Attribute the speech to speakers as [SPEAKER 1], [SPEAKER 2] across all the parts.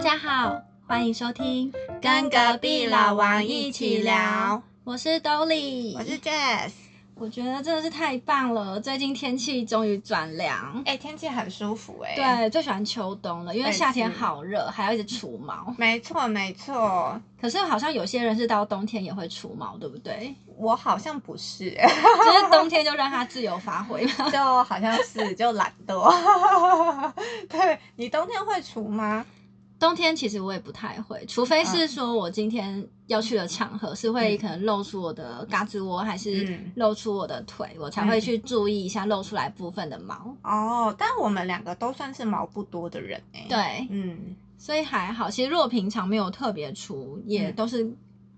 [SPEAKER 1] 家好，欢迎收听《
[SPEAKER 2] 跟隔壁老王一起聊》，
[SPEAKER 1] 我是 Dolly，
[SPEAKER 2] 我是 Jess。
[SPEAKER 1] 我觉得真的是太棒了，最近天气终于转凉。
[SPEAKER 2] 哎、天气很舒服哎、，
[SPEAKER 1] 对，最喜欢秋冬了，因为
[SPEAKER 2] 我也是
[SPEAKER 1] 夏天好热，还要一直除 毛。
[SPEAKER 2] 没错没错，
[SPEAKER 1] 可是好像有些人是到冬天也会除毛，对不 对？
[SPEAKER 2] 我好像 不是，
[SPEAKER 1] 就是冬天就让它自由发挥 嘛。
[SPEAKER 2] 就好像是就懒惰。 对你冬天会除吗？
[SPEAKER 1] 冬天其实我也不太会，除非
[SPEAKER 2] 嗯
[SPEAKER 1] 是说我今天要去的场合是会可能露出我的胳肢窝，还是
[SPEAKER 2] 嗯
[SPEAKER 1] 露出我的腿，我才会
[SPEAKER 2] 嗯
[SPEAKER 1] 去注意一下露出来部分的毛。
[SPEAKER 2] 哦，但我们两个都算是毛不多的人哎、，
[SPEAKER 1] 对，
[SPEAKER 2] 嗯，
[SPEAKER 1] 所以还好。其实如果平常没有特别除，也
[SPEAKER 2] 嗯
[SPEAKER 1] 都是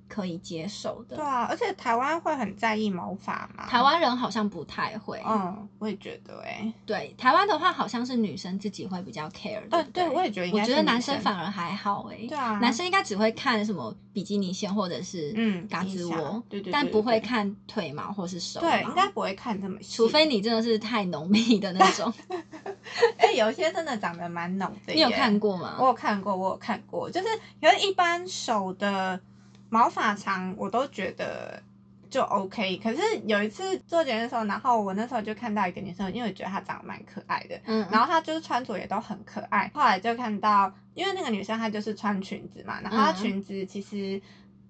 [SPEAKER 1] 可以接受的。
[SPEAKER 2] 对啊，而且台湾会很在意毛发嘛。
[SPEAKER 1] 台，湾人好像不太会，
[SPEAKER 2] 嗯，我也觉得哎、
[SPEAKER 1] 对台湾的话好像是女生自己会比较 care，
[SPEAKER 2] 呃
[SPEAKER 1] 不
[SPEAKER 2] 对我也觉得应
[SPEAKER 1] 我
[SPEAKER 2] 该
[SPEAKER 1] 觉
[SPEAKER 2] 是
[SPEAKER 1] 得
[SPEAKER 2] 女
[SPEAKER 1] 男生
[SPEAKER 2] 生
[SPEAKER 1] 反而还好哎、
[SPEAKER 2] 对啊，
[SPEAKER 1] 男生应该只会看什么比基尼线或者是
[SPEAKER 2] 嗯
[SPEAKER 1] 嘎
[SPEAKER 2] 一
[SPEAKER 1] 吱
[SPEAKER 2] 下
[SPEAKER 1] 窝，
[SPEAKER 2] 对对对
[SPEAKER 1] 但
[SPEAKER 2] 对
[SPEAKER 1] 不会
[SPEAKER 2] 对
[SPEAKER 1] 看腿毛或是手毛，
[SPEAKER 2] 对应该不会看这么细，
[SPEAKER 1] 除非你真的是太浓密的那种，
[SPEAKER 2] 哎、有些真的长得蛮浓的耶，
[SPEAKER 1] 你有看过吗？
[SPEAKER 2] 我有看过，我有看过，就是因为一般手的毛发长，我都觉得就 OK。可是有一次做节目的时候，然后我那时候就看到一个女生，因为我觉得她长得蛮可爱的，
[SPEAKER 1] 嗯，
[SPEAKER 2] 然后她就是穿着也都很可爱。后来就看到，因为那个女生她就是穿裙子嘛，然后她
[SPEAKER 1] 嗯
[SPEAKER 2] 裙子其实。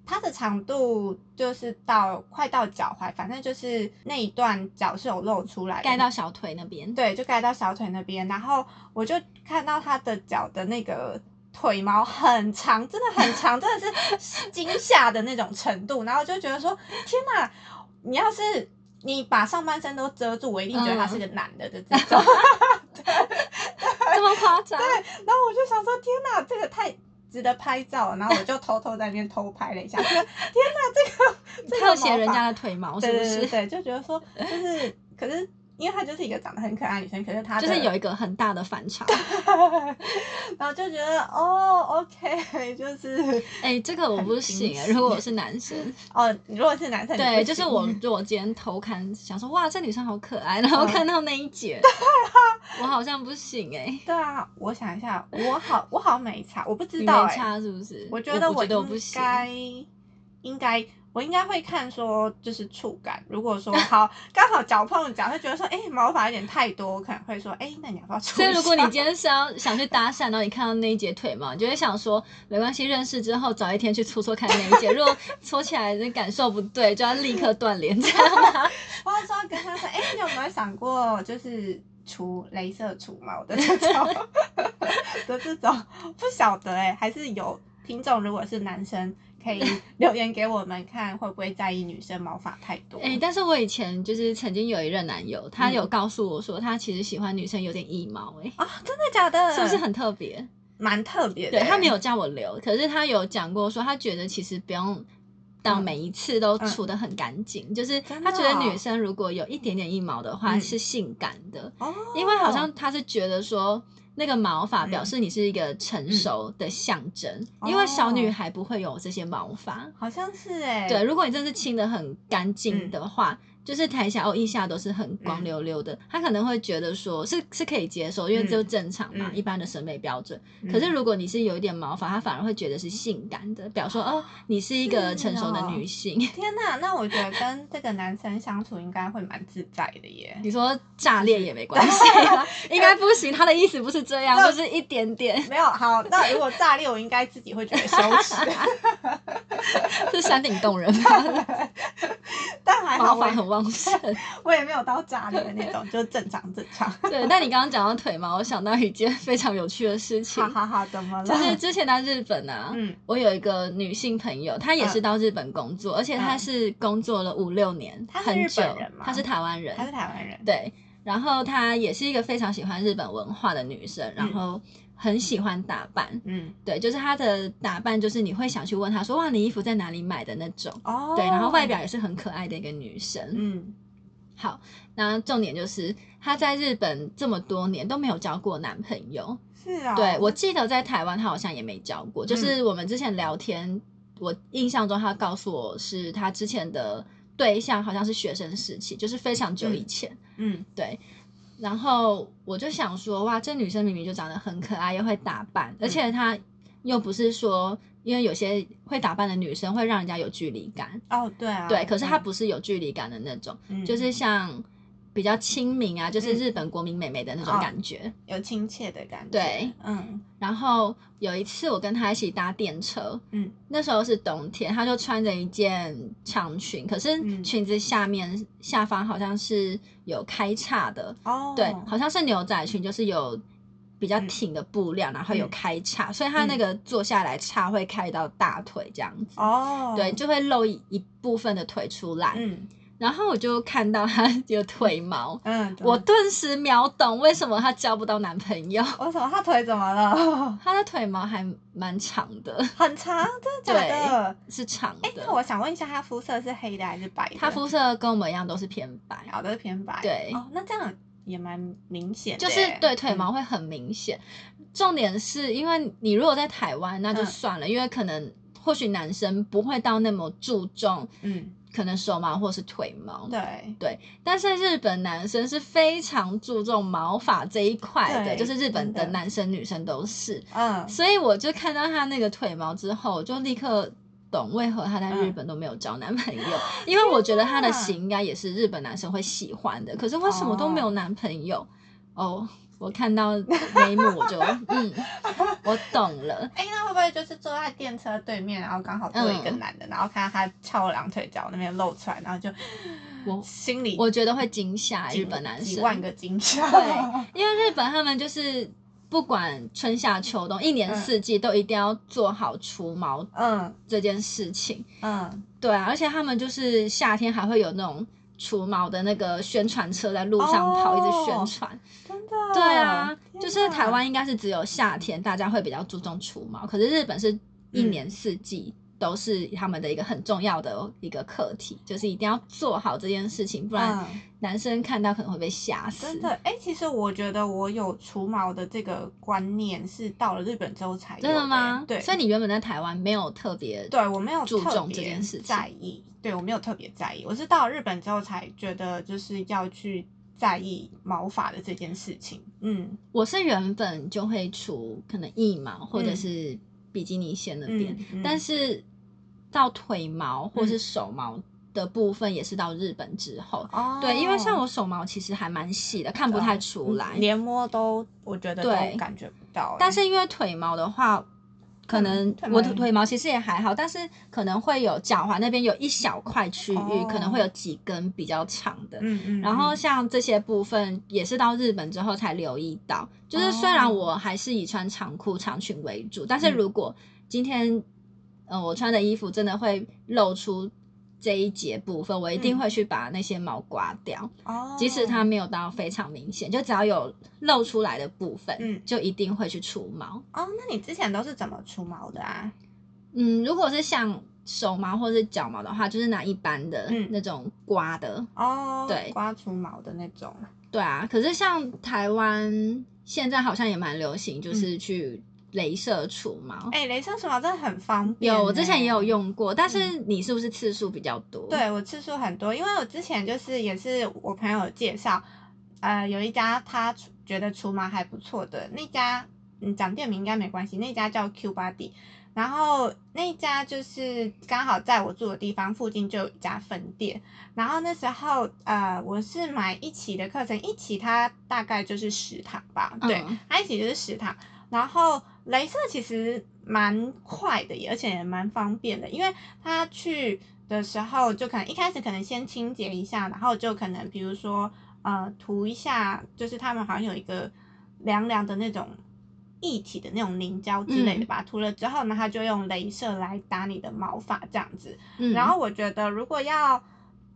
[SPEAKER 2] 它的长度就是到快到脚踝，反正就是那一段脚是有露出来的，
[SPEAKER 1] 盖到小腿那边，
[SPEAKER 2] 对，就盖到小腿那边，然后我就看到他的脚的那个腿毛很长，真的很长，真的 是惊吓的那种程度，然后就觉得说，天哪，你要是你把上半身都遮住，我一定觉得
[SPEAKER 1] 嗯
[SPEAKER 2] 他是个男的的这种。
[SPEAKER 1] 这么夸张？
[SPEAKER 2] 然后我就想说，天哪，这个太值得拍照了，然后我就偷偷在那边偷拍了一下，就天 哪，这个这个
[SPEAKER 1] 特写人
[SPEAKER 2] 毛发
[SPEAKER 1] 家的腿毛是
[SPEAKER 2] 对
[SPEAKER 1] 不
[SPEAKER 2] 对对
[SPEAKER 1] 是？
[SPEAKER 2] 对，就觉得说，就是可是因为她就是一个长得很可爱的女生，可是 她
[SPEAKER 1] 就是
[SPEAKER 2] 的
[SPEAKER 1] 有一个很大的反差，
[SPEAKER 2] 然后就觉得哦，OK，就是
[SPEAKER 1] 哎、这个我不行、
[SPEAKER 2] 很惊
[SPEAKER 1] 欸。
[SPEAKER 2] 喜
[SPEAKER 1] 如果我是男生，
[SPEAKER 2] 哦，如果是男生，你
[SPEAKER 1] 对，
[SPEAKER 2] 不
[SPEAKER 1] 就是
[SPEAKER 2] 行
[SPEAKER 1] 我，就我今天偷看，想说哇，这女生好可爱，然后
[SPEAKER 2] 嗯啊
[SPEAKER 1] 看到那一 节，我好像不行哎、
[SPEAKER 2] 对啊，我想一下，我好，我好像没差，我不知
[SPEAKER 1] 你
[SPEAKER 2] 道
[SPEAKER 1] 没
[SPEAKER 2] 哎、
[SPEAKER 1] 差是不是？
[SPEAKER 2] 我觉
[SPEAKER 1] 我
[SPEAKER 2] 得
[SPEAKER 1] 不我不
[SPEAKER 2] 应
[SPEAKER 1] 行。
[SPEAKER 2] 该应该。我应该会看说，就是触感。如果说好，刚好脚碰脚，会觉得说，哎、毛发有点太多，我可能会说，哎、那你要不要 触
[SPEAKER 1] 所
[SPEAKER 2] 一
[SPEAKER 1] 以，
[SPEAKER 2] 下？
[SPEAKER 1] 如果你今天是要想去搭讪，然后你看到那一节腿毛，你就会想说，没关系，认识之后早一天去搓搓看那一节。如果搓起来的感受不对，就要立刻断联，这样吗？
[SPEAKER 2] 我要说跟他说，哎、你有没有想过就是除镭射除毛的这种 的这种？不晓得哎、还是有听众如果是男生，可以留言给我们看会不会在意女生毛发太多？
[SPEAKER 1] 哎、但是我以前就是曾经有一任男友，他
[SPEAKER 2] 嗯
[SPEAKER 1] 有告诉我说，他其实喜欢女生有点腋毛、欸，
[SPEAKER 2] 啊、真的假的？
[SPEAKER 1] 是不是很特别？
[SPEAKER 2] 蛮特别的、
[SPEAKER 1] 对他没，有叫我留，可是他有讲过说，他觉得其实不用到每一次都
[SPEAKER 2] 嗯
[SPEAKER 1] 除得很干净，就是
[SPEAKER 2] 真
[SPEAKER 1] 他
[SPEAKER 2] 的
[SPEAKER 1] 觉得
[SPEAKER 2] 哦
[SPEAKER 1] 女生如果有一点点腋毛的话、
[SPEAKER 2] 嗯
[SPEAKER 1] 是性感的，
[SPEAKER 2] 哦，
[SPEAKER 1] 因为好像他是觉得说。那个毛发
[SPEAKER 2] 嗯
[SPEAKER 1] 表示你是一个成熟的象征，
[SPEAKER 2] 哦
[SPEAKER 1] 因为小女孩不会有这些毛发。
[SPEAKER 2] 好像是哎、
[SPEAKER 1] 对，，如果你真是清的很干
[SPEAKER 2] 嗯
[SPEAKER 1] 净的话，就是台下哦腋下都是很光溜溜的，他可能会觉得说是是可以接受，因为
[SPEAKER 2] 嗯
[SPEAKER 1] 这正常嘛，
[SPEAKER 2] 嗯
[SPEAKER 1] 一般的审美标准。可是如果你是有一点毛发，他反而会觉得是性感的，表示说哦你是一个成熟
[SPEAKER 2] 哦
[SPEAKER 1] 的女性。
[SPEAKER 2] 天哪，那我觉得跟这个男生相处应该会蛮自在的耶。
[SPEAKER 1] 你说炸裂也没关 系啦，应该不行。他的意思不是这样，
[SPEAKER 2] 那
[SPEAKER 1] 就是一点点。
[SPEAKER 2] 没有好，那如果炸裂，我应该自己会觉得羞 耻，
[SPEAKER 1] 是山顶洞人吧？
[SPEAKER 2] 但还好欸
[SPEAKER 1] 毛
[SPEAKER 2] 我
[SPEAKER 1] 发
[SPEAKER 2] 也
[SPEAKER 1] 很旺盛。
[SPEAKER 2] 我也没有到炸裂的那种，就是正常正 常。
[SPEAKER 1] 对，但你刚刚讲到腿毛，我想到一件非常有趣的事情
[SPEAKER 2] 好，好好，怎么了？
[SPEAKER 1] 就是之前在日本啊，
[SPEAKER 2] 嗯，
[SPEAKER 1] 我有一个女性朋友，她也是到日本工作，而且她是工作了五六年，
[SPEAKER 2] 嗯她是
[SPEAKER 1] 很
[SPEAKER 2] 日
[SPEAKER 1] 久
[SPEAKER 2] 本人。吗
[SPEAKER 1] 她是台湾人
[SPEAKER 2] 他，是台湾人，
[SPEAKER 1] 对。然后她也是一个非常喜欢日本文化的女生，然后很喜欢打扮。
[SPEAKER 2] 嗯，
[SPEAKER 1] 对，就是她的打扮，就是你会想去问她说：“哇，你衣服在哪里买的那种？”
[SPEAKER 2] 哦，
[SPEAKER 1] 对，然后外，表也是很可爱的一个女生。
[SPEAKER 2] 嗯，
[SPEAKER 1] 好，那重点就是她在日本这么多年都没有交过男朋友。
[SPEAKER 2] 是啊、
[SPEAKER 1] 对我，记得在台湾她好像也没交过，
[SPEAKER 2] 嗯
[SPEAKER 1] 就是我们之前聊天，我印象中她告诉我是她之前的对象好像是学生时期，就是非常久以前。
[SPEAKER 2] 嗯
[SPEAKER 1] 对，
[SPEAKER 2] 嗯
[SPEAKER 1] 然后我就想说，哇，这女生明明就长得很可爱，又会打扮，而且她又不是说，因为有些会打扮的女生会让人家有距离感，
[SPEAKER 2] 哦，对啊，
[SPEAKER 1] 对，可是她
[SPEAKER 2] 嗯
[SPEAKER 1] 不是有距离感的那种，
[SPEAKER 2] 嗯
[SPEAKER 1] 就是像比较亲民啊，就是
[SPEAKER 2] 嗯
[SPEAKER 1] 日本国民美眉的那种
[SPEAKER 2] 哦
[SPEAKER 1] 感觉。
[SPEAKER 2] 有亲切的感觉，
[SPEAKER 1] 对，
[SPEAKER 2] 嗯
[SPEAKER 1] 然后有一次我跟她一起搭电车，
[SPEAKER 2] 嗯，
[SPEAKER 1] 那时候是冬天，她就穿着一件长裙，可是
[SPEAKER 2] 嗯
[SPEAKER 1] 裙子下面、下方好像是有开叉的，
[SPEAKER 2] 哦，
[SPEAKER 1] 对，好像是牛仔裙，就是有比较
[SPEAKER 2] 嗯
[SPEAKER 1] 挺的布料，然后有
[SPEAKER 2] 嗯
[SPEAKER 1] 开叉，所以它那
[SPEAKER 2] 嗯
[SPEAKER 1] 个坐下来叉会开到大腿这样子，
[SPEAKER 2] 哦，
[SPEAKER 1] 对，就会露一一部分的腿出来。
[SPEAKER 2] 嗯
[SPEAKER 1] 然后我就看到她 有腿毛，
[SPEAKER 2] 嗯，
[SPEAKER 1] 我顿时秒懂为什么她交不到男朋友，
[SPEAKER 2] 我什么他腿怎么了？
[SPEAKER 1] 她的腿毛还蛮长的，
[SPEAKER 2] 很长，真的假的？
[SPEAKER 1] 是长
[SPEAKER 2] 哎，那
[SPEAKER 1] 的。
[SPEAKER 2] 我想问一下，他肤色是黑的还是白的？
[SPEAKER 1] 她肤色跟我们一样都是偏白，
[SPEAKER 2] 好的偏白，
[SPEAKER 1] 对
[SPEAKER 2] 哦，那这样也蛮明显的
[SPEAKER 1] 就
[SPEAKER 2] 耶，
[SPEAKER 1] 是对腿
[SPEAKER 2] 嗯
[SPEAKER 1] 毛会很明显。重点是因为你如果在台湾那就
[SPEAKER 2] 嗯
[SPEAKER 1] 算了，因为可能或许男生不会到那么注重，
[SPEAKER 2] 嗯，
[SPEAKER 1] 可能手毛或是腿毛。
[SPEAKER 2] 对，
[SPEAKER 1] 但是日本男生是非常注重毛发这一块的，
[SPEAKER 2] 对
[SPEAKER 1] 就是日本的
[SPEAKER 2] 真的
[SPEAKER 1] 男生女生都是。
[SPEAKER 2] 嗯，
[SPEAKER 1] 所以我就看到他那个腿毛之后，我就立刻。懂为何他在日
[SPEAKER 2] 嗯
[SPEAKER 1] 本都没有交男朋友，
[SPEAKER 2] 啊
[SPEAKER 1] 因为我觉得他的
[SPEAKER 2] 天哪
[SPEAKER 1] 型应该也是日本男生会喜欢的，可是为什么都没有男朋友？哦，我看到那一幕我就 嗯，我懂了。
[SPEAKER 2] 哎，那会不会就是坐在电车对面，然后刚好坐一个
[SPEAKER 1] 嗯男
[SPEAKER 2] 男的，然后看到他翘二郎腿脚那边露出来，然后就
[SPEAKER 1] 我
[SPEAKER 2] 心里
[SPEAKER 1] 我觉得会惊吓
[SPEAKER 2] 几
[SPEAKER 1] 日本男
[SPEAKER 2] 几
[SPEAKER 1] 生，
[SPEAKER 2] 万个惊吓，
[SPEAKER 1] 对，因为日本他们就是不管春夏秋冬，一年
[SPEAKER 2] 嗯
[SPEAKER 1] 四季都一定要做好除毛
[SPEAKER 2] 嗯
[SPEAKER 1] 这件事情。
[SPEAKER 2] 嗯，
[SPEAKER 1] 对啊，而且他们就是夏天还会有那种除毛的那个宣传车在路上跑，一直宣
[SPEAKER 2] 哦
[SPEAKER 1] 传。
[SPEAKER 2] 真的，
[SPEAKER 1] 对啊，
[SPEAKER 2] 天
[SPEAKER 1] 就是
[SPEAKER 2] 哪
[SPEAKER 1] 台湾应该是只有夏天大家会比较注重除毛，可是日本是一
[SPEAKER 2] 嗯
[SPEAKER 1] 年四季。都是他们的一个很重要的一个课题，就是一定要做好这件事情，不然
[SPEAKER 2] 嗯
[SPEAKER 1] 男生看到可能会被吓死。
[SPEAKER 2] 真的，哎、其实我觉得我有除毛的这个观念是到了日本之后才有
[SPEAKER 1] 真的
[SPEAKER 2] 耶
[SPEAKER 1] 吗？
[SPEAKER 2] 对，
[SPEAKER 1] 所以你原本在台湾没有特别
[SPEAKER 2] 对啊我没有
[SPEAKER 1] 注
[SPEAKER 2] 特
[SPEAKER 1] 重这
[SPEAKER 2] 别
[SPEAKER 1] 件事情
[SPEAKER 2] 在意，对我没有特别在意，我是到了日本之后才觉得就是要去在意毛发的这件事情。嗯
[SPEAKER 1] 我是原本就会除可能腋毛或者
[SPEAKER 2] 嗯
[SPEAKER 1] 是比基尼线那边，
[SPEAKER 2] 嗯嗯
[SPEAKER 1] 但是到腿毛或是
[SPEAKER 2] 嗯
[SPEAKER 1] 手毛的部分也是到日本之后。
[SPEAKER 2] 哦
[SPEAKER 1] 对，因为像我手毛其实还蛮细的，看不太出
[SPEAKER 2] 嗯
[SPEAKER 1] 来。
[SPEAKER 2] 连摸都我觉得
[SPEAKER 1] 对
[SPEAKER 2] 都感觉不到耶，欸
[SPEAKER 1] 但是因为腿毛的话，可能
[SPEAKER 2] 嗯腿毛
[SPEAKER 1] 我的腿毛其实也还好，但是可能会有脚踝那边有一小块区域，
[SPEAKER 2] 哦
[SPEAKER 1] 可能会有几根比较长的。
[SPEAKER 2] 嗯嗯，
[SPEAKER 1] 然后
[SPEAKER 2] 嗯
[SPEAKER 1] 像这些部分也是到日本之后才留意到，就是虽
[SPEAKER 2] 哦
[SPEAKER 1] 然我还是以穿长裤、长裙为主，但是
[SPEAKER 2] 嗯
[SPEAKER 1] 如果今天，呃，我穿的衣服真的会露出这一节部分，我一定
[SPEAKER 2] 嗯
[SPEAKER 1] 会去把那些毛刮掉，
[SPEAKER 2] 哦，
[SPEAKER 1] 即使它没有到非常明显，就只要有露出来的部分，
[SPEAKER 2] 嗯
[SPEAKER 1] 就一定会去除毛。
[SPEAKER 2] 哦，那你之前都是怎么除毛的啊？
[SPEAKER 1] 嗯，如果是像手毛或是脚毛的话，就是拿一般的
[SPEAKER 2] 嗯
[SPEAKER 1] 那种刮的，
[SPEAKER 2] 哦，
[SPEAKER 1] 对
[SPEAKER 2] 刮除毛的那种，
[SPEAKER 1] 对啊，可是像台湾现在好像也蛮流行，就是去镭射除毛。
[SPEAKER 2] 嗯哎、雷射除毛真的很方便耶，
[SPEAKER 1] 哦
[SPEAKER 2] 欸
[SPEAKER 1] 有，我之前也有用过，但是你是不是次数比较多？，
[SPEAKER 2] 嗯对我次数很多，因为我之前就是也是我朋友介绍，呃，有一家他除觉得除毛还不错的那家，嗯，讲店名应该没关系，那家叫 Q Body，然后那家就是刚好在我住的地方附近就有一家分店，然后那时候呃我是买一期的课程，一期它大概就是十堂吧，对，
[SPEAKER 1] 嗯
[SPEAKER 2] 它一期就是十堂，然后镭射其实蛮快的耶，而且也蛮方便的，因为他去的时候就可能一开始可能先清洁一下，然后就可能比如说呃涂一下，就是他们好像有一个凉凉的那种。液体的那种凝胶之类的吧，涂了之后呢，他就用镭射来打你的毛发这样子，
[SPEAKER 1] 嗯，
[SPEAKER 2] 然后我觉得，如果要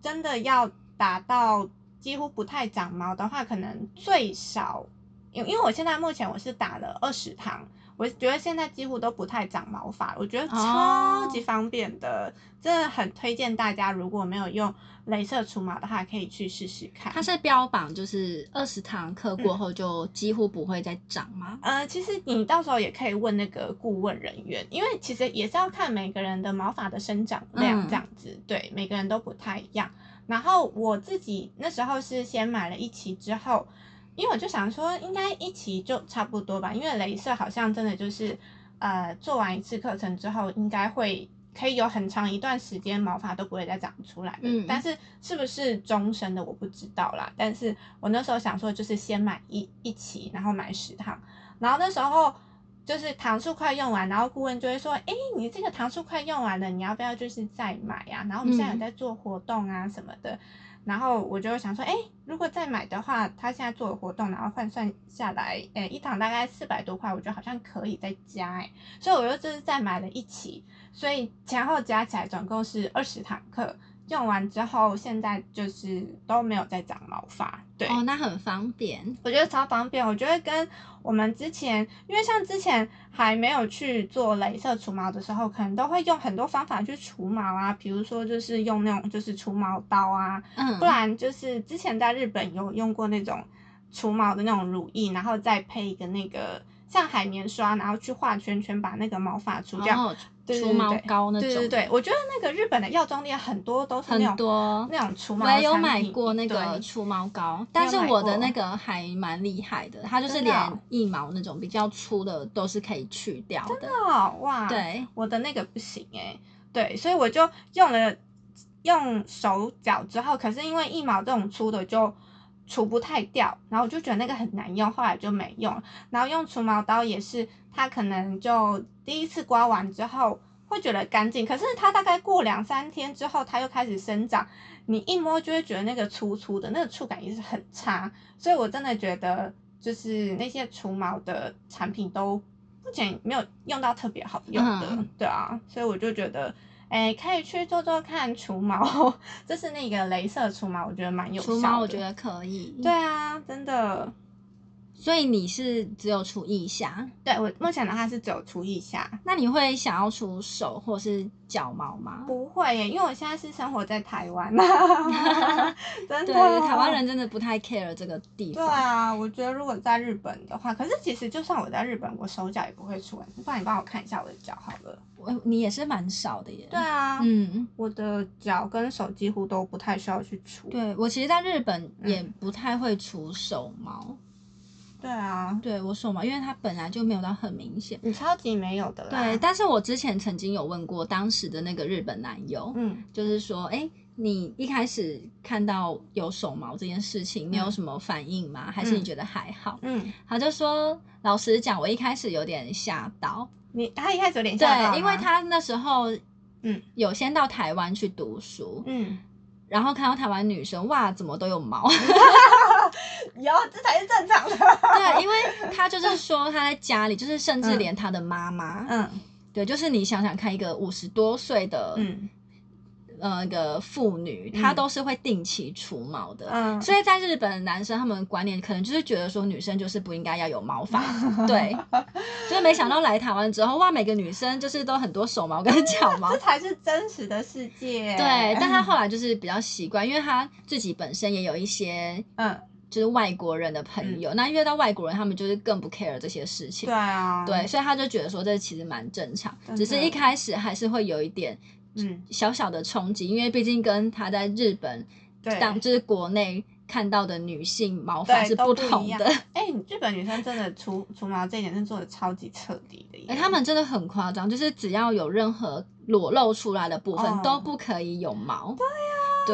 [SPEAKER 2] 真的要达到几乎不太长毛的话，可能最少，因因为我现在目前我是打了二十堂，我觉得现在几乎都不太长毛发，我觉得超级
[SPEAKER 1] 哦
[SPEAKER 2] 方便的，真的很推荐大家，如果没有用镭射除毛的话，可以去试试看
[SPEAKER 1] 它。是标榜就是二十堂课
[SPEAKER 2] 嗯
[SPEAKER 1] 过后就几乎不会再长吗？
[SPEAKER 2] 呃，其实你到时候也可以问那个顾问人员，因为其实也是要看每个人的毛发的生长量
[SPEAKER 1] 嗯
[SPEAKER 2] 这样子，对，每个人都不太一样。然后我自己那时候是先买了一期之后，因为我就想说应该一期就差不多吧，因为镭射好像真的就是呃做完一次课程之后，应该会可以有很长一段时间毛发都不会再长出来的。
[SPEAKER 1] 嗯
[SPEAKER 2] 但是是不是终身的我不知道啦。但是我那时候想说，就是先买一一期，然后买十趟，然后那时候。就是糖数快用完，然后顾问就会说：“哎，你这个糖数快用完了，你要不要就是再买啊？”然后我们现在
[SPEAKER 1] 嗯
[SPEAKER 2] 有在做活动啊什么的，然后我就想说，哎，如果再买的话，他现在做的活动，然后换算下来，哎，一堂大概四百多块，我觉得好像可以再加，哎，所以我又就是再买了一期，所以前后加起来总共是二十堂课，用完之后现在就是都没有再长毛发，对，
[SPEAKER 1] 哦，那很方便。
[SPEAKER 2] 我觉得超方便，我觉得跟我们之前，因为像之前还没有去做镭射除毛的时候，可能都会用很多方法去除毛啊，比如说就是用那种就是除毛刀啊，
[SPEAKER 1] 嗯，
[SPEAKER 2] 不然就是之前在日本有用过那种除毛的那种乳液，然后再配一个那个像海绵刷，然后去画圈圈把那个毛发除掉。
[SPEAKER 1] 哦，
[SPEAKER 2] 对
[SPEAKER 1] 除
[SPEAKER 2] 对
[SPEAKER 1] 毛
[SPEAKER 2] 对
[SPEAKER 1] 膏那
[SPEAKER 2] 对
[SPEAKER 1] 种，
[SPEAKER 2] 对对，我觉得那个日本的药妆店很多都是那种
[SPEAKER 1] 很多
[SPEAKER 2] 那种除毛
[SPEAKER 1] 我
[SPEAKER 2] 的产
[SPEAKER 1] 也有
[SPEAKER 2] 品，
[SPEAKER 1] 买过那个
[SPEAKER 2] 对
[SPEAKER 1] 除毛膏，但是
[SPEAKER 2] 买
[SPEAKER 1] 我的
[SPEAKER 2] 过
[SPEAKER 1] 那个还蛮厉害的，它就是
[SPEAKER 2] 真的哦
[SPEAKER 1] 连腋毛那种比较粗的都是可以去掉的。
[SPEAKER 2] 哦哇，，
[SPEAKER 1] 对，
[SPEAKER 2] 我的那个不行哎、对，所以我就用了用手脚之后，可是因为一毛这种粗的就除不太掉，然后我就觉得那个很难用，后来就没用。然后用除毛刀也是，它可能就第一次刮完之后会觉得干净，可是它大概过两三天之后，它又开始生长，你一摸就会觉得那个粗粗的，那个触感也是很差。所以我真的觉得，就是那些除毛的产品都目前没有用到特别好用的，
[SPEAKER 1] 嗯
[SPEAKER 2] 对啊，所以我就觉得。哎，可以去做做看除毛， 就是那个镭射除毛，我觉得蛮有效的。
[SPEAKER 1] 除毛我觉得可以。
[SPEAKER 2] 对，啊，真的。
[SPEAKER 1] 所以你是只有除腋下，
[SPEAKER 2] 对我目前的话是只有除腋下，
[SPEAKER 1] 那你会想要除手或是脚毛吗？
[SPEAKER 2] 不会耶，因为我现在是生活在台湾， 真的。哦
[SPEAKER 1] 对，台湾。人真的不太 care 这个地
[SPEAKER 2] 对
[SPEAKER 1] 方。
[SPEAKER 2] 啊，我觉得如果在日本的话，可是其实就算我在日本，我手脚也不会除。不然你帮我看一下我的脚好了。
[SPEAKER 1] 我你也是蛮少的耶。
[SPEAKER 2] 对啊，
[SPEAKER 1] 嗯，
[SPEAKER 2] 我的脚跟手几乎都不太需要去除。
[SPEAKER 1] 对我其实，在日本
[SPEAKER 2] 嗯
[SPEAKER 1] 也不太会除手毛，
[SPEAKER 2] 对啊，
[SPEAKER 1] 对我手毛，因为它本来就没有到很明显。
[SPEAKER 2] 你超级没有的啦。
[SPEAKER 1] 对，，但是我之前曾经有问过当时的那个日本男友，
[SPEAKER 2] 嗯，
[SPEAKER 1] 就是说，哎、你一开始看到有手毛这件事情，你有
[SPEAKER 2] 嗯
[SPEAKER 1] 什么反应吗？还是你
[SPEAKER 2] 嗯
[SPEAKER 1] 觉得还好？
[SPEAKER 2] 嗯，
[SPEAKER 1] 他就说，老实讲，我一开始有点吓到，
[SPEAKER 2] 你他一开始有点吓到吗
[SPEAKER 1] 对，因为他那时候，
[SPEAKER 2] 嗯，
[SPEAKER 1] 有先到台湾去读书，
[SPEAKER 2] 嗯，
[SPEAKER 1] 然后看到台湾女生，哇，怎么都有 毛？
[SPEAKER 2] 有这才是正常的。
[SPEAKER 1] 对，因为他就是说他在家里，就是甚至
[SPEAKER 2] 嗯
[SPEAKER 1] 连他的妈妈，
[SPEAKER 2] 嗯
[SPEAKER 1] 对，就是你想想看，一个五十多岁的，
[SPEAKER 2] 嗯
[SPEAKER 1] 呃那个妇女，她
[SPEAKER 2] 嗯
[SPEAKER 1] 都是会定期除毛的。
[SPEAKER 2] 嗯，
[SPEAKER 1] 所以在日本，男生他们观念可能就是觉得说女生就是不应该要有毛 发，对，就是没想到来台湾之后，哇，每个女生就是都很多手毛跟脚毛
[SPEAKER 2] 这，才是真实的世界。
[SPEAKER 1] 对。但她后来就是比较习惯，因为她自己本身也有一些
[SPEAKER 2] 嗯，
[SPEAKER 1] 就是外国人的朋友，那遇到外国人，他们就是更不 care 这些事情
[SPEAKER 2] 对，啊，
[SPEAKER 1] 对，，所以他就觉得说这其实蛮正常，
[SPEAKER 2] 真的
[SPEAKER 1] 只是一开始还是会有一点
[SPEAKER 2] 嗯，
[SPEAKER 1] 小小的冲击，因为毕竟跟他在日本
[SPEAKER 2] 对。
[SPEAKER 1] 当就是国内看到的女性毛发
[SPEAKER 2] 对
[SPEAKER 1] 是
[SPEAKER 2] 都不一
[SPEAKER 1] 同
[SPEAKER 2] 样
[SPEAKER 1] 的，
[SPEAKER 2] 哎、日本女生真的除除毛这一点是做的超级彻底的耶。
[SPEAKER 1] 哎、他们真的很夸张，就是只要有任何裸露出来的部分、
[SPEAKER 2] 哦啊
[SPEAKER 1] 都不可以有毛。对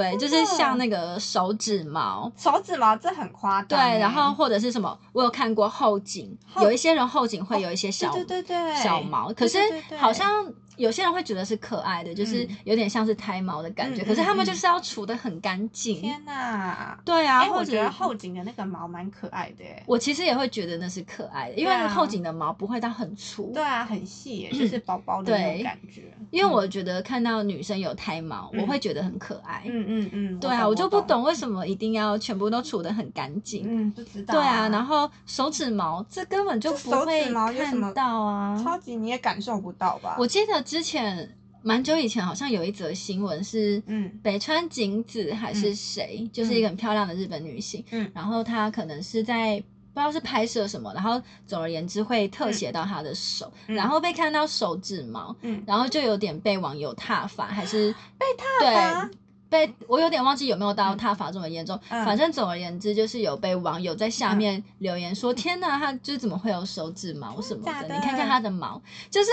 [SPEAKER 1] 呀、对，就是像那个手指毛。
[SPEAKER 2] 手指毛这很夸
[SPEAKER 1] 对，
[SPEAKER 2] 张耶。
[SPEAKER 1] 然后或者是什么，我有看过后颈，
[SPEAKER 2] 后哦
[SPEAKER 1] 有一些人后颈会有一些小、
[SPEAKER 2] 对对对对
[SPEAKER 1] 小毛，
[SPEAKER 2] 对
[SPEAKER 1] 可是
[SPEAKER 2] 对对对
[SPEAKER 1] 好像有些人会觉得是可爱的，就是
[SPEAKER 2] 嗯
[SPEAKER 1] 有点像是胎毛的感觉，
[SPEAKER 2] 嗯
[SPEAKER 1] 可是他们
[SPEAKER 2] 嗯嗯
[SPEAKER 1] 就是要除的很干净。
[SPEAKER 2] 天哪！
[SPEAKER 1] 对啊，
[SPEAKER 2] 哎、
[SPEAKER 1] 或
[SPEAKER 2] 我觉
[SPEAKER 1] 者
[SPEAKER 2] 得后颈的那个毛蛮可爱的耶。
[SPEAKER 1] 我其实也会觉得那是可爱的，因为
[SPEAKER 2] 对啊
[SPEAKER 1] 后颈的毛不会到很粗。
[SPEAKER 2] 对啊，很细耶，就是薄薄的
[SPEAKER 1] 嗯
[SPEAKER 2] 那
[SPEAKER 1] 对
[SPEAKER 2] 种感觉。
[SPEAKER 1] 因为我觉得看到女生有胎毛，
[SPEAKER 2] 嗯
[SPEAKER 1] 我会觉得很可爱。
[SPEAKER 2] 嗯嗯嗯，
[SPEAKER 1] 哎对啊，我就不
[SPEAKER 2] 懂。
[SPEAKER 1] 懂为什么一定要全部都除得很干净。
[SPEAKER 2] 嗯，不知道、
[SPEAKER 1] 对啊，然
[SPEAKER 2] 后
[SPEAKER 1] 后手指毛这根本就
[SPEAKER 2] 这
[SPEAKER 1] 不
[SPEAKER 2] 手指
[SPEAKER 1] 会
[SPEAKER 2] 毛有什么
[SPEAKER 1] 看到
[SPEAKER 2] 超
[SPEAKER 1] 啊。
[SPEAKER 2] 级你也感受不到吧？
[SPEAKER 1] 我记得之前蛮久以前，好像有一则新闻是，
[SPEAKER 2] 嗯
[SPEAKER 1] 北川景子还是谁，就是一个很漂亮的日本女性，
[SPEAKER 2] 嗯
[SPEAKER 1] 然后她可能是在不知道是拍摄什么，然后总而言之会特写到她的手，
[SPEAKER 2] 嗯
[SPEAKER 1] 然后被看到手指毛，
[SPEAKER 2] 嗯，
[SPEAKER 1] 然后就有点被网友挞伐，还是
[SPEAKER 2] 被踏伐
[SPEAKER 1] 对被我有点忘记有没有到踏法这么严重，
[SPEAKER 2] 嗯
[SPEAKER 1] 反正总而言之就是有被网友在下面留言说：“天哪，他就是怎么会有手指毛什么
[SPEAKER 2] 嗯
[SPEAKER 1] 的？
[SPEAKER 2] 真的假的
[SPEAKER 1] 你看看他的毛，就是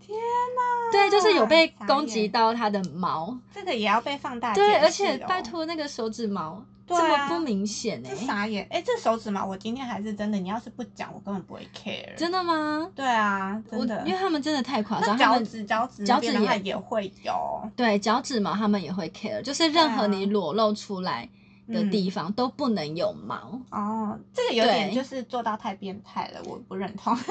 [SPEAKER 2] 天
[SPEAKER 1] 哪，对，就是有被
[SPEAKER 2] 傻眼
[SPEAKER 1] 攻击到他的毛，
[SPEAKER 2] 这个也要被放大、解
[SPEAKER 1] 对，而
[SPEAKER 2] 释
[SPEAKER 1] 且
[SPEAKER 2] 哦
[SPEAKER 1] 拜托那个手指毛
[SPEAKER 2] 对
[SPEAKER 1] 这
[SPEAKER 2] 啊
[SPEAKER 1] 么不明显
[SPEAKER 2] 这
[SPEAKER 1] 哎，
[SPEAKER 2] 傻眼，哎、这手指毛，我今天还是真的，你要是不讲，我根本不会 care。
[SPEAKER 1] 真的吗？
[SPEAKER 2] 对啊，
[SPEAKER 1] 我
[SPEAKER 2] 真的
[SPEAKER 1] 因为。他们真的太夸
[SPEAKER 2] 那
[SPEAKER 1] 张，
[SPEAKER 2] 脚
[SPEAKER 1] 他们
[SPEAKER 2] 趾脚趾
[SPEAKER 1] 脚
[SPEAKER 2] 那
[SPEAKER 1] 趾
[SPEAKER 2] 边的话
[SPEAKER 1] 也
[SPEAKER 2] 也会有
[SPEAKER 1] 对脚趾毛他们也会 care，就是
[SPEAKER 2] 啊
[SPEAKER 1] 任何你裸露出来的
[SPEAKER 2] 嗯
[SPEAKER 1] 地方都不能有毛，
[SPEAKER 2] 哦，这个有点
[SPEAKER 1] 对
[SPEAKER 2] 就是做到太变态了，我不认同。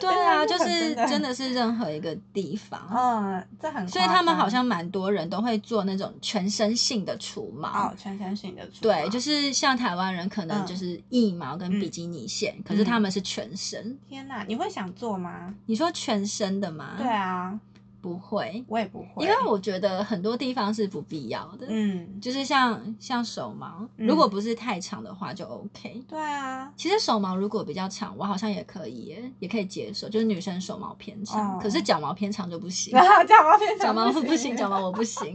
[SPEAKER 1] 对
[SPEAKER 2] 对啊
[SPEAKER 1] 啊，
[SPEAKER 2] 这
[SPEAKER 1] 就
[SPEAKER 2] 很
[SPEAKER 1] 是
[SPEAKER 2] 真的
[SPEAKER 1] 真的是任何一个地方，
[SPEAKER 2] 嗯，这很夸张。
[SPEAKER 1] 所以他们好像蛮多人都会做那种全身性的除毛。
[SPEAKER 2] 哦，嗯全身性的除
[SPEAKER 1] 对，
[SPEAKER 2] 毛
[SPEAKER 1] 就是像台湾人可能就是腋毛
[SPEAKER 2] 嗯
[SPEAKER 1] 跟比基尼线，可是他们是全身。
[SPEAKER 2] 天哪，你会想做吗？
[SPEAKER 1] 你说全身的吗？
[SPEAKER 2] 对，啊，
[SPEAKER 1] 不会，
[SPEAKER 2] 我也不会，
[SPEAKER 1] 因为我觉得很多地方是不必要的，
[SPEAKER 2] 嗯，
[SPEAKER 1] 就是像像手毛，
[SPEAKER 2] 嗯
[SPEAKER 1] 如果不是太长的话就 OK。
[SPEAKER 2] 对啊，
[SPEAKER 1] 其实手毛如果比较长，我好像也可以耶，也可以接受，就是女生手毛偏长，
[SPEAKER 2] 哦
[SPEAKER 1] 可是脚毛偏长就不 行。
[SPEAKER 2] 然后脚毛变
[SPEAKER 1] 脚
[SPEAKER 2] 长
[SPEAKER 1] 毛不行，
[SPEAKER 2] 行，哦
[SPEAKER 1] 脚毛我不 行。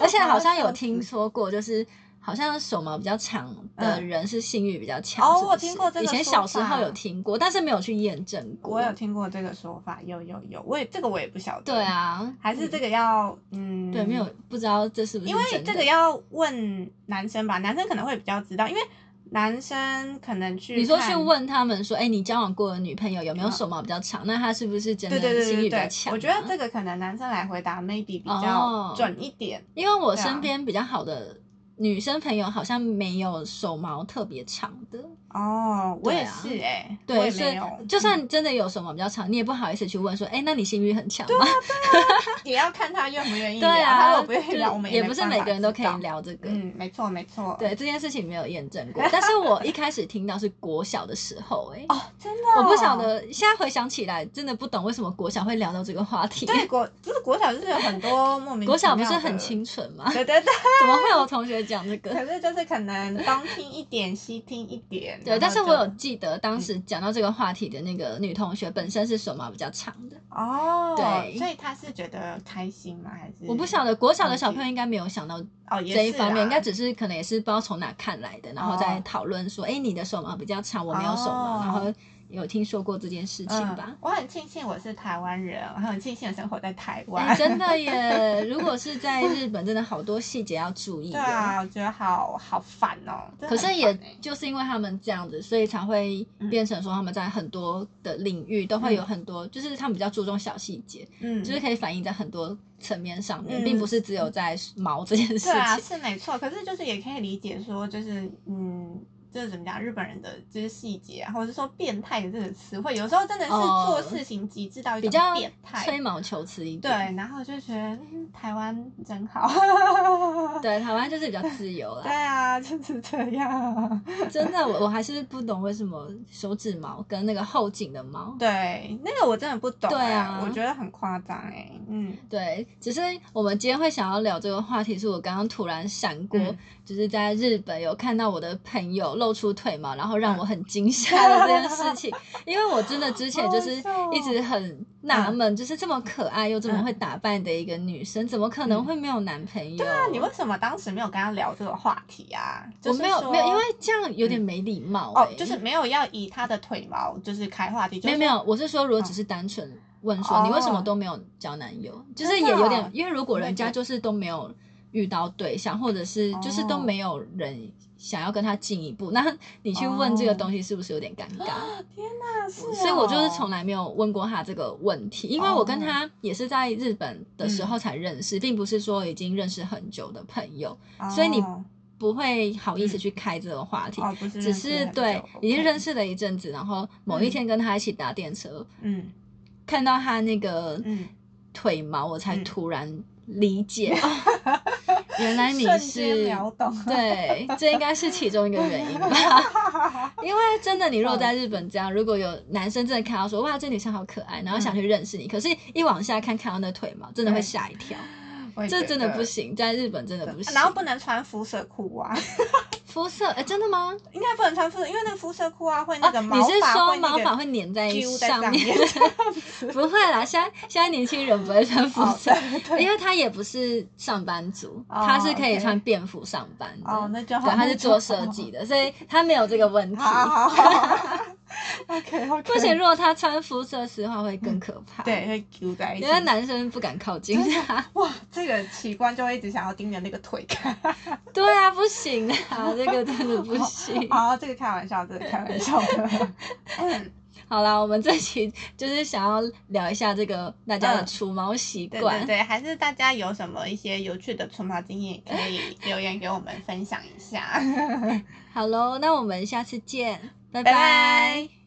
[SPEAKER 1] 而且好像有听说过，就是好像手毛比较长的人是性欲比较强。
[SPEAKER 2] 嗯哦
[SPEAKER 1] 是不是
[SPEAKER 2] 我听过这个
[SPEAKER 1] 以前
[SPEAKER 2] 说
[SPEAKER 1] 小时
[SPEAKER 2] 法
[SPEAKER 1] 候有听过，但是没有去验证过。
[SPEAKER 2] 我有听过这个说法，有有有，我也这个我也不晓得。
[SPEAKER 1] 对，啊，
[SPEAKER 2] 还是
[SPEAKER 1] 嗯
[SPEAKER 2] 这个要嗯，
[SPEAKER 1] 对，没有不知道这是不是
[SPEAKER 2] 因为
[SPEAKER 1] 真的
[SPEAKER 2] 这个要问男生吧，男生可能会比较知道，因为男生可能去
[SPEAKER 1] 你说
[SPEAKER 2] 看
[SPEAKER 1] 去，问他们说，哎，你交往过的女朋友有没有手毛比较长？那她是不是真
[SPEAKER 2] 对
[SPEAKER 1] 的
[SPEAKER 2] 对
[SPEAKER 1] 性
[SPEAKER 2] 对
[SPEAKER 1] 欲比
[SPEAKER 2] 对
[SPEAKER 1] 较
[SPEAKER 2] 对
[SPEAKER 1] 强，啊？
[SPEAKER 2] 我觉得这个可能男生来回答 maybe 比较
[SPEAKER 1] 哦
[SPEAKER 2] 准一点，
[SPEAKER 1] 因为我
[SPEAKER 2] 对啊
[SPEAKER 1] 身边比较好的女生朋友好像没有手毛特别长的，
[SPEAKER 2] 哦，我
[SPEAKER 1] 对
[SPEAKER 2] 也
[SPEAKER 1] 啊
[SPEAKER 2] 是哎、我
[SPEAKER 1] 对，
[SPEAKER 2] 也
[SPEAKER 1] 所
[SPEAKER 2] 没
[SPEAKER 1] 以
[SPEAKER 2] 有，
[SPEAKER 1] 就算真的有手毛比较长，你也不好意思去问说，哎、那你性欲很强吗？
[SPEAKER 2] 也要看他愿不愿 意
[SPEAKER 1] 对
[SPEAKER 2] 聊，他如
[SPEAKER 1] 啊，
[SPEAKER 2] 果不愿意
[SPEAKER 1] 就
[SPEAKER 2] 聊，我们
[SPEAKER 1] 也
[SPEAKER 2] 没
[SPEAKER 1] 不是
[SPEAKER 2] 办
[SPEAKER 1] 每
[SPEAKER 2] 法
[SPEAKER 1] 个人都
[SPEAKER 2] 知
[SPEAKER 1] 可
[SPEAKER 2] 道
[SPEAKER 1] 以。聊这个。
[SPEAKER 2] 嗯，没错没错，
[SPEAKER 1] 对这件事情没有验证过， 但是我一开始听到是国小的时候、哎、
[SPEAKER 2] 哦，真的、
[SPEAKER 1] 我不晓。得，现在回想起来，真的不懂为什么国小会聊到这个话题。
[SPEAKER 2] 对国就是国小就是有很多莫名
[SPEAKER 1] 国小
[SPEAKER 2] 其
[SPEAKER 1] 不
[SPEAKER 2] 妙
[SPEAKER 1] 是
[SPEAKER 2] 的
[SPEAKER 1] 很，清纯吗？
[SPEAKER 2] 对对对。
[SPEAKER 1] 怎么会有同学讲 这个？
[SPEAKER 2] 可是就是可能东听一点，西听一点。
[SPEAKER 1] 对，
[SPEAKER 2] 然
[SPEAKER 1] 但
[SPEAKER 2] 后
[SPEAKER 1] 是我有
[SPEAKER 2] 就
[SPEAKER 1] 记得
[SPEAKER 2] 嗯
[SPEAKER 1] 当时讲到这个话题的那个女同学本身是手毛比较长的，
[SPEAKER 2] 哦，
[SPEAKER 1] 对
[SPEAKER 2] 所以他是觉得开心吗？还是
[SPEAKER 1] 我不晓得国小的小
[SPEAKER 2] 忘记
[SPEAKER 1] 朋友应该没有想到
[SPEAKER 2] 哦，也
[SPEAKER 1] 这一
[SPEAKER 2] 是
[SPEAKER 1] 方面，
[SPEAKER 2] 啦
[SPEAKER 1] 应该只是可能也是不知道从哪看来的，然后再讨论说，哎、你的手毛比较长，我没有手毛，
[SPEAKER 2] 哦
[SPEAKER 1] 然后有听说过这件事情吧
[SPEAKER 2] 嗯？。我很庆幸我是台湾人，我很庆幸我生活在台湾。
[SPEAKER 1] 哎、真的耶！如果是在日本，真的好多细节要 注意
[SPEAKER 2] 对
[SPEAKER 1] 耶。
[SPEAKER 2] 啊，我觉得好好烦哦。真的
[SPEAKER 1] 可是
[SPEAKER 2] 很
[SPEAKER 1] 也
[SPEAKER 2] 烦欸嗯
[SPEAKER 1] 就是因为他们这样子，所以才会变成说他们在很多的领域都会有很多，就是他们比较注重小细节，
[SPEAKER 2] 嗯，
[SPEAKER 1] 就是可以反映在很多层面上面，
[SPEAKER 2] 嗯
[SPEAKER 1] 并不是只有在毛这件事情。
[SPEAKER 2] 对啊，是没错。可是就是也可以理解说，就是嗯。就是怎么讲，日本人的就是细节啊，或者是说“变态”的这个词汇，有时候真的是
[SPEAKER 1] 哦
[SPEAKER 2] 做事情极致到一
[SPEAKER 1] 比
[SPEAKER 2] 种
[SPEAKER 1] 较
[SPEAKER 2] 变态。
[SPEAKER 1] 吹毛求疵一
[SPEAKER 2] 对，
[SPEAKER 1] 点。
[SPEAKER 2] 然后就觉得、嗯、台湾真 好。
[SPEAKER 1] 对，台湾就是比较自由啦
[SPEAKER 2] 对。啊，就是这样。
[SPEAKER 1] 真的，我我还是不懂为什么手指毛跟那个后颈的毛。
[SPEAKER 2] 对，那个我真的不懂、
[SPEAKER 1] 对
[SPEAKER 2] 哎
[SPEAKER 1] 啊
[SPEAKER 2] 我觉得很夸张哎、嗯，
[SPEAKER 1] 对，只是我们今天会想要聊这个话题，是我刚刚突然闪过，
[SPEAKER 2] 嗯
[SPEAKER 1] 就是在日本有看到我的朋友露出腿毛，然后
[SPEAKER 2] 嗯
[SPEAKER 1] 让我很惊吓的这件事情，因为我真的之前就是
[SPEAKER 2] 好好笑哦嗯
[SPEAKER 1] 一直很纳闷，就是这么可爱又这么会打扮的一个女生，怎么可能会没有男朋友？
[SPEAKER 2] 嗯对啊，你为什么当时没有跟他聊这个话题啊？就
[SPEAKER 1] 我
[SPEAKER 2] 是
[SPEAKER 1] 没有
[SPEAKER 2] 说嗯
[SPEAKER 1] 没有，因为这样有点没礼貌、欸
[SPEAKER 2] 哦，就是没有要以他的腿毛就是开话题，就
[SPEAKER 1] 没
[SPEAKER 2] 是
[SPEAKER 1] 有没有，我是说，如果只是单纯问说、
[SPEAKER 2] 嗯哦
[SPEAKER 1] 你为什么都没有交男友，就是
[SPEAKER 2] 真
[SPEAKER 1] 也
[SPEAKER 2] 的
[SPEAKER 1] 有
[SPEAKER 2] 哦
[SPEAKER 1] 点，因为如果人
[SPEAKER 2] 我
[SPEAKER 1] 家
[SPEAKER 2] 也觉
[SPEAKER 1] 就
[SPEAKER 2] 得
[SPEAKER 1] 是都没有遇到对象，或者是就是都
[SPEAKER 2] 哦
[SPEAKER 1] 没有人想要跟他进一步，那你去问这
[SPEAKER 2] 哦
[SPEAKER 1] 个东西是不是有点尴尬？
[SPEAKER 2] 天哪，是、哦，
[SPEAKER 1] 所以我就是从来没有问过他这个问题，因为我跟他也是在日本的时
[SPEAKER 2] 嗯
[SPEAKER 1] 候才认识，并不是说已经认识很久的朋友，所以你
[SPEAKER 2] 哦
[SPEAKER 1] 不会好意思
[SPEAKER 2] 嗯
[SPEAKER 1] 去开这个话题。
[SPEAKER 2] 哦不
[SPEAKER 1] 只
[SPEAKER 2] 是认识
[SPEAKER 1] 是
[SPEAKER 2] 很久
[SPEAKER 1] 对，已经认，
[SPEAKER 2] OK
[SPEAKER 1] 识了一阵子，然后某一
[SPEAKER 2] 嗯
[SPEAKER 1] 天跟他一起搭电车，
[SPEAKER 2] 嗯
[SPEAKER 1] 看到他那个
[SPEAKER 2] 嗯，
[SPEAKER 1] 腿毛，我才
[SPEAKER 2] 嗯
[SPEAKER 1] 突然理 解，哦原来你
[SPEAKER 2] 瞬间
[SPEAKER 1] 是
[SPEAKER 2] 秒懂，
[SPEAKER 1] 对，这应该是其中一个原因吧。 因为真的，你如果
[SPEAKER 2] 嗯
[SPEAKER 1] 在日本这样，如果有男生真的看到说哇这女生好可爱，
[SPEAKER 2] 嗯
[SPEAKER 1] 然后想去认识你，可是一往下看看到那腿毛，真的会吓一跳，
[SPEAKER 2] 我也
[SPEAKER 1] 这
[SPEAKER 2] 觉
[SPEAKER 1] 真的
[SPEAKER 2] 得
[SPEAKER 1] 不行，在日本真的不行。
[SPEAKER 2] 然后不能穿肤色裤啊，
[SPEAKER 1] 肤色，哎、真的吗？
[SPEAKER 2] 应该不能穿肤色，因为那个肤色裤啊会那
[SPEAKER 1] 啊，
[SPEAKER 2] 个
[SPEAKER 1] 你
[SPEAKER 2] 毛
[SPEAKER 1] 是
[SPEAKER 2] 发
[SPEAKER 1] 说
[SPEAKER 2] 会那
[SPEAKER 1] 毛
[SPEAKER 2] 个
[SPEAKER 1] 发会粘在
[SPEAKER 2] 揪在
[SPEAKER 1] 上
[SPEAKER 2] 上
[SPEAKER 1] 面
[SPEAKER 2] 面？
[SPEAKER 1] 不会啦，现在现在年轻人不会穿肤
[SPEAKER 2] 哦
[SPEAKER 1] 色，
[SPEAKER 2] 对对
[SPEAKER 1] 因为他也不是上班族，
[SPEAKER 2] 哦
[SPEAKER 1] 他是可以
[SPEAKER 2] OK
[SPEAKER 1] 穿便服上班的。
[SPEAKER 2] 哦，那就好
[SPEAKER 1] 对，他是做设计，的，所以他没有这个问
[SPEAKER 2] 那
[SPEAKER 1] 题
[SPEAKER 2] 就。 好好好好 OK OK，
[SPEAKER 1] 不行，如果他穿肤色丝袜会更可怕。，
[SPEAKER 2] 嗯 对会揪在一起
[SPEAKER 1] 因。为男生不敢靠近他。
[SPEAKER 2] 哇，这个奇观就会一直想要盯着那个腿看。
[SPEAKER 1] 对啊，不行啊，这个真的不行。
[SPEAKER 2] 好，这个开玩笑，这个开玩笑 的。嗯，
[SPEAKER 1] 好啦，我们这期就是想要聊一下这个大家的除毛习
[SPEAKER 2] 嗯对
[SPEAKER 1] 惯。
[SPEAKER 2] 对对，还是大家有什么一些有趣的除毛经验，可以留言给我们分享一下。
[SPEAKER 1] 好喽，那我们下次见，拜
[SPEAKER 2] 拜拜